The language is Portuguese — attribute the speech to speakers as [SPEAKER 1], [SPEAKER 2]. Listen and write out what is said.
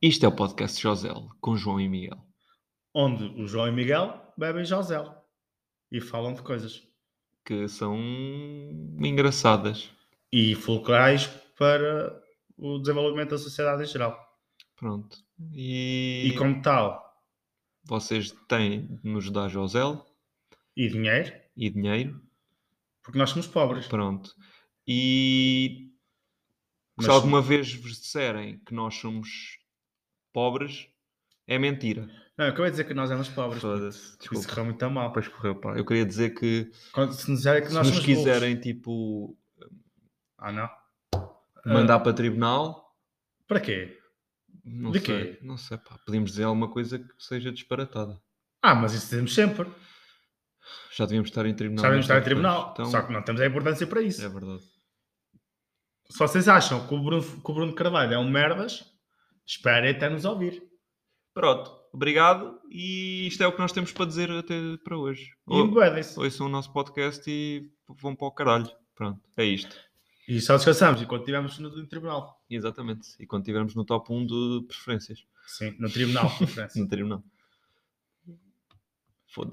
[SPEAKER 1] Isto é o podcast Josel, com João e Miguel.
[SPEAKER 2] onde o João e Miguel bebem Josel e falam de coisas.
[SPEAKER 1] Que são engraçadas.
[SPEAKER 2] E fulcrais para o desenvolvimento da sociedade em geral.
[SPEAKER 1] Pronto. E,
[SPEAKER 2] E como tal,
[SPEAKER 1] vocês têm de nos dar Josel
[SPEAKER 2] e dinheiro,
[SPEAKER 1] e dinheiro.
[SPEAKER 2] porque nós somos pobres.
[SPEAKER 1] Pronto. E
[SPEAKER 2] Mas-
[SPEAKER 1] se alguma vez vos disserem que nós somos pobres, é mentira.
[SPEAKER 2] Não, eu acabei de dizer que nós éramos pobres.
[SPEAKER 1] Foda-se.
[SPEAKER 2] porque Isso
[SPEAKER 1] Desculpa.
[SPEAKER 2] correu muito a mal.
[SPEAKER 1] Depois correu, pá. Eu queria dizer que
[SPEAKER 2] Quando se nos disserem É que
[SPEAKER 1] se
[SPEAKER 2] nós
[SPEAKER 1] nos
[SPEAKER 2] somos burros.
[SPEAKER 1] quiserem, tipo,
[SPEAKER 2] Ah, não? Ah.
[SPEAKER 1] mandar para tribunal,
[SPEAKER 2] Para quê?
[SPEAKER 1] não
[SPEAKER 2] de
[SPEAKER 1] sei.
[SPEAKER 2] quê?
[SPEAKER 1] Não sei, pá. Podíamos dizer alguma coisa que seja disparatada.
[SPEAKER 2] Ah, mas isso dizemos sempre.
[SPEAKER 1] Já devíamos estar em tribunal.
[SPEAKER 2] Já devemos estar em
[SPEAKER 1] nestas
[SPEAKER 2] tribunal.
[SPEAKER 1] coisas.
[SPEAKER 2] Só que não temos a importância para isso.
[SPEAKER 1] então- É verdade.
[SPEAKER 2] Se vocês acham que o Bruno, que o Bruno Carvalho é um merdas, esperem até nos ouvir.
[SPEAKER 1] Pronto. Obrigado. E isto é o que nós temos para dizer até para hoje.
[SPEAKER 2] E um
[SPEAKER 1] Ou-
[SPEAKER 2] embebedem-se.
[SPEAKER 1] Ouçam o nosso podcast e vão para o caralho. Pronto. É isto.
[SPEAKER 2] E só descansamos enquanto estivermos no, no tribunal.
[SPEAKER 1] Exatamente. E quando estivermos no top 1 de preferências.
[SPEAKER 2] Sim, no tribunal, por França.
[SPEAKER 1] No tribunal. Foda-se.